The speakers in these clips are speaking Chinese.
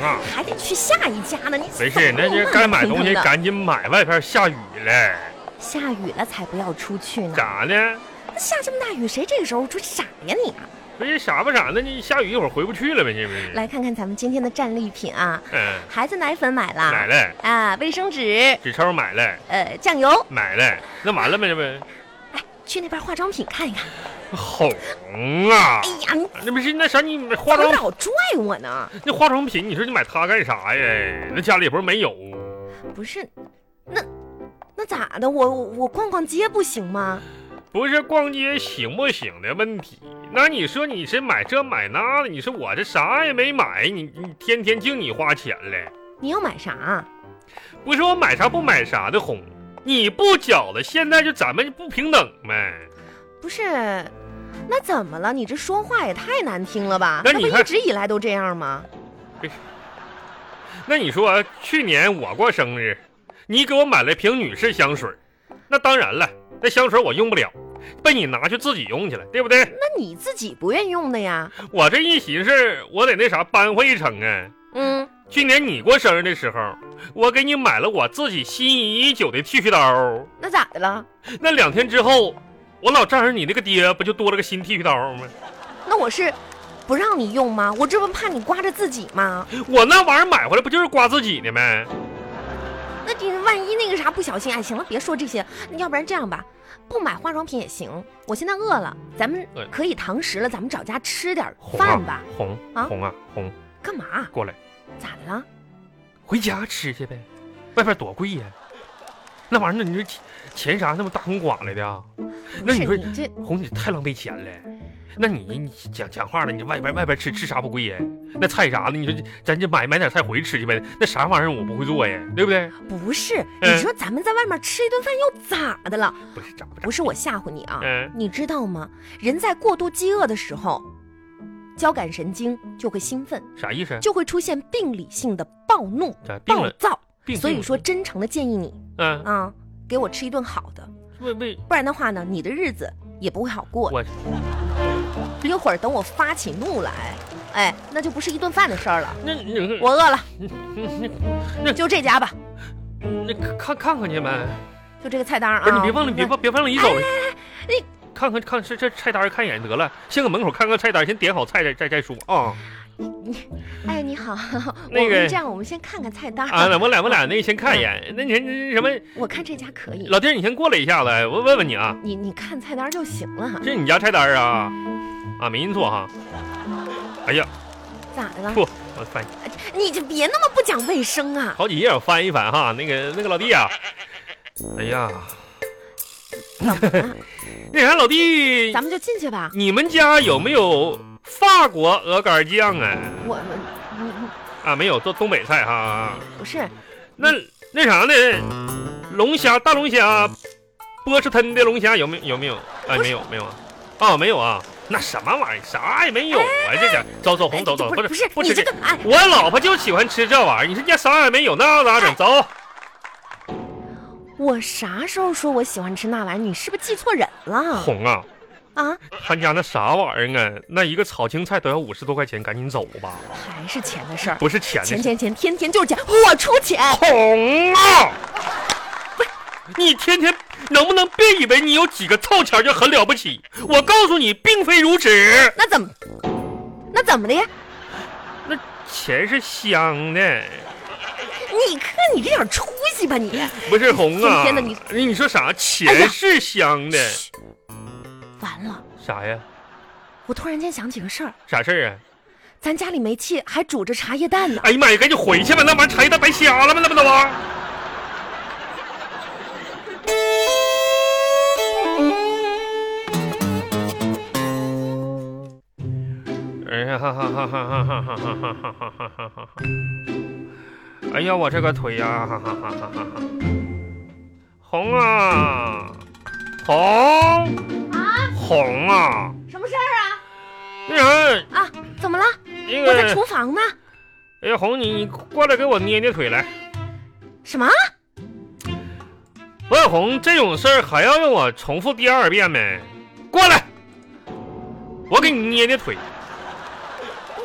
啊！还得去下一家呢。你没事，那是就该买东西赶紧买，外边下雨了，下雨了才不要出去呢。咋的？那下这么大雨，谁这个时候出去傻呀你啊？不是哎傻不傻的，你下雨一会儿回不去了呗，这不是？来看看咱们今天的战利品啊，嗯，孩子奶粉买了，买了，啊，卫生纸，纸钞买了，呃，酱油。买了，那完了呗，这不哎，去那边化妆品看一看。红啊哎？呀，你那不是那啥，你买化怎么妆老拽我呢？那化妆品，你说你买它干啥呀？那家里也不是没有，不是，那那咋的？我我我逛逛街不行吗？不是逛街行不行的问题。那你说你是买这买那的，你说我这啥也没买，你你天天净你花钱了，你要买啥？啊不是我买啥不买啥的红，你不觉得现在就咱们不平等呗？不是，那怎么了？你这说话也太难听了吧？那不你一看直以来都这样吗？那你说去年我过生日，你给我买了瓶女士香水，那当然了，那香水我用不了，被你拿去自己用去了，对不对？那你自己不愿意用的呀？我这一寻思，我得那啥扳回一城啊。嗯，去年你过生日的时候，我给你买了我自己心仪已久的剃须刀。那咋的了？那两天之后，我老丈人你那个爹不就多了个新剃须刀吗？那我是不让你用吗？我这不怕你刮着自己吗？我那玩意儿买回来不就是刮自己的吗？那你万一那个啥不小心，哎，行了，别说这些，要不然这样吧，不买化妆品也行。我现在饿了，咱们嗯可以堂食了，咱们找家吃点红啊饭吧。，红啊红啊红，干嘛？过来，咋的了？回家吃去呗，外边多贵呀、那玩意儿，你说钱钱啥那么大红刮来的啊？不那是你说你这红你太浪费钱了。那你你讲讲话了，你这外边外边吃吃啥不贵呀？那菜啥的，你说这咱就买买点菜回去吃去呗。那啥玩意儿我不会做呀，对不对？不是？嗯你说咱们在外面吃一顿饭又咋的了？不是咋不咋不？是我吓唬你啊，嗯你知道吗？人在过度饥饿的时候，交感神经就会兴奋，啥意思？就会出现病理性的暴怒、咋病暴了？躁。病所以病说，真诚的建议你嗯，啊，给我吃一顿好的。为为不然的话呢，你的日子也不会好过。我一会儿等我发起怒来，哎，那就不是一顿饭的事儿了。那那我饿了，嗯那就这家吧，那看看看去呗。就这个菜单儿啊。不是你别忘了，别那忘别忘了，你走了你。看看看，这这菜单看一眼得了，先搁门口看看菜单，先点好菜再再再说啊。哎，你好，那我个们这样，我们先看看菜单儿。啊，我俩我俩那个先看一眼。那你那什么，我看这家可以，老弟儿你先过来一下子，我问问你啊。你你看菜单儿就行了哈。这是你家菜单啊？啊，没印错哈。哎呀，咋的了？不，我翻你就别那么不讲卫生啊！好几页，我翻一翻哈。那个那个老弟啊，哎呀，那啥老弟，咱们就进去吧。你们家有没有法国鹅肝酱啊？我我你你啊，没有，做东北菜哈。不是那那啥呢？龙虾，大龙虾，波士顿的龙虾有没有？有没有？哎，没有，没有啊。哦，没有啊。那什么玩意儿？啥也没有啊！这家走走哎红走走，不不是是不是不你吃这这个哎，我老婆就喜欢吃这玩意儿，你说人家啥也没有，那咋哎整？走，我啥时候说我喜欢吃那玩意儿？你是不是记错人了 红啊，啊？他家那啥玩意儿啊，那一个炒青菜都要五十多块钱，赶紧走吧，还是钱的事儿。不是钱的钱事。钱钱，天天就是钱，我出钱。红啊，不是，你天天能不能别以为你有几个臭钱就很了不起？我告诉你，并非如此。那怎么？那怎么的呀？那钱是香的，你看你这点出息吧你！不是红啊！今天的你你，你说啥？哎呀钱是香的，嘘完了，啥呀？我突然间想起个事儿，啥事儿啊？咱家里煤气还煮着茶叶蛋呢。哎呀妈呀，赶紧回去吧！那玩意儿柴蛋白瞎了吗？那不都啊？哎呀，哈哈哈哈哈哈哈哈哈哈哈哈哈！哎呀，我这个腿呀、哈哈哈哈哈哈！红啊，红啊，红啊！什么事儿那啥，啊？啊，怎么了？那我在厨个，房呢。哎呀，红，你你过来给我捏捏腿来。什么？万红这种事儿还要让我重复第二遍没？过来，我给你捏捏腿。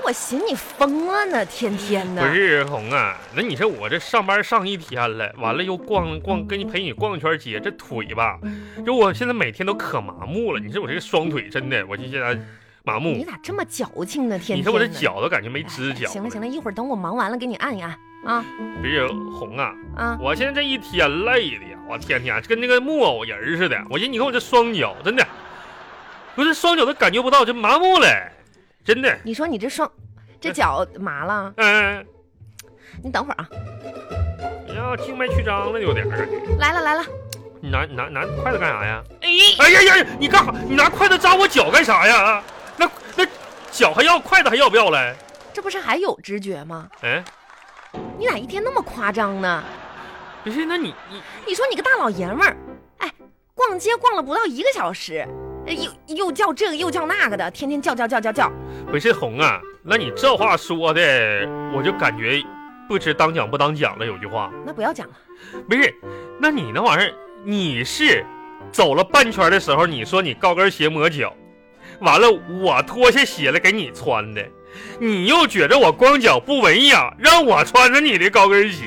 我寻你疯了呢，天天不的。是红啊，那你说我这上班上一天了，完了又逛逛，跟你陪你逛一圈街，这腿吧，就我现在每天都可麻木了。你说我这个双腿真的，我就现在麻你木。咋这么矫情呢？天你天说我这的。脚都感觉没知哎觉。行了行了，一会儿等我忙完了给你按一按啊不是红啊，啊！我现在这一天累的呀，我天天跟那个木偶人儿似的。我寻思你看我这双脚，真的，我这双脚都感觉不到，就麻木了，真的。你说你这双这脚麻了？嗯、你等会儿啊，哎呀，静脉曲张了，有点儿。来了来了，你拿你拿拿筷子干啥呀？哎，哎呀呀呀！你干啥？你拿筷子扎我脚干啥呀？啊那那脚还要，筷子还要不要嘞？这不是还有知觉吗？哎，你咋一天那么夸张呢？不是，那你你你说你个大老爷们儿，哎，逛街逛了不到一个小时，哎又又叫这个又叫那个的，天天叫叫叫叫叫，不是红啊？那你这话说的，我就感觉不知当讲不当讲了。有句话，那不要讲了。不是，那你那玩意儿，你是走了半圈的时候，你说你高跟鞋磨脚，完了我脱下鞋来给你穿的，你又觉着我光脚不文雅，让我穿着你的高跟鞋，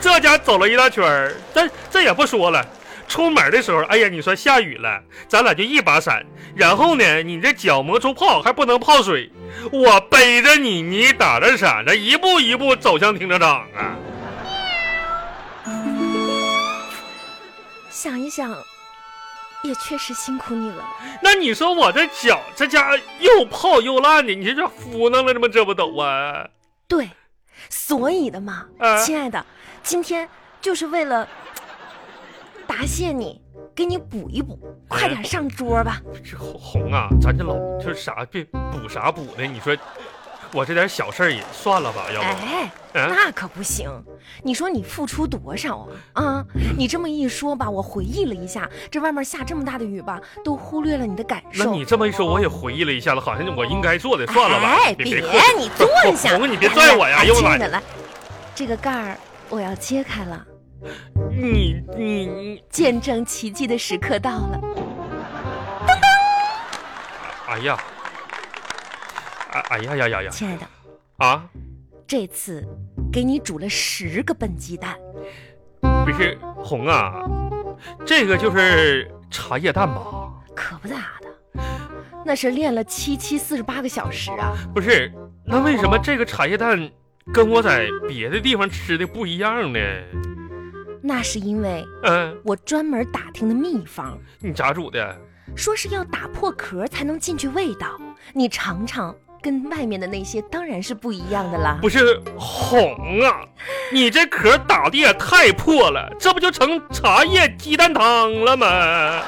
这家走了一大圈儿，但这也不说了。出门的时候，哎呀，你说下雨了，咱俩就一把伞，然后呢，你这脚磨出泡还不能泡水，我背着你，你打着伞，这一步一步走向停车场啊。想一想，也确实辛苦你了。那你说我这脚这家伙又泡又烂的，你这这敷弄了，这么这不都啊？对，所以的嘛，啊亲爱的，今天就是为了答谢你，给你补一补，快点上桌吧。这红红啊，咱这老就是啥别补啥补呢？你说我这点小事儿也算了吧，要不？哎，嗯、那可不行！你说你付出多少啊？啊，嗯你这么一说吧，我回忆了一下，这外面下这么大的雨吧，都忽略了你的感那受。你这么一说，我也回忆了一下了，好像我应该做的，算了吧。哎，别别别客气 你坐下，红，你别拽我呀，哎又亲爱来的，来，这个盖儿我要揭开了，你你你，见证奇迹的时刻到了。哎呀，哎哎呀呀呀呀亲爱的，啊！这次给你煮了十个笨鸡蛋，不是红啊，这个就是茶叶蛋吧？可不咋的，那是练了七七四十八个小时啊。不是，那为什么这个茶叶蛋跟我在别的地方吃的不一样呢？那是因为嗯、我专门打听的秘方。你咋煮的？说是要打破壳才能进去味道。你尝尝，跟外面的那些当然是不一样的啦。不是红啊，你这壳打的也太破了，这不就成茶叶鸡蛋汤了吗？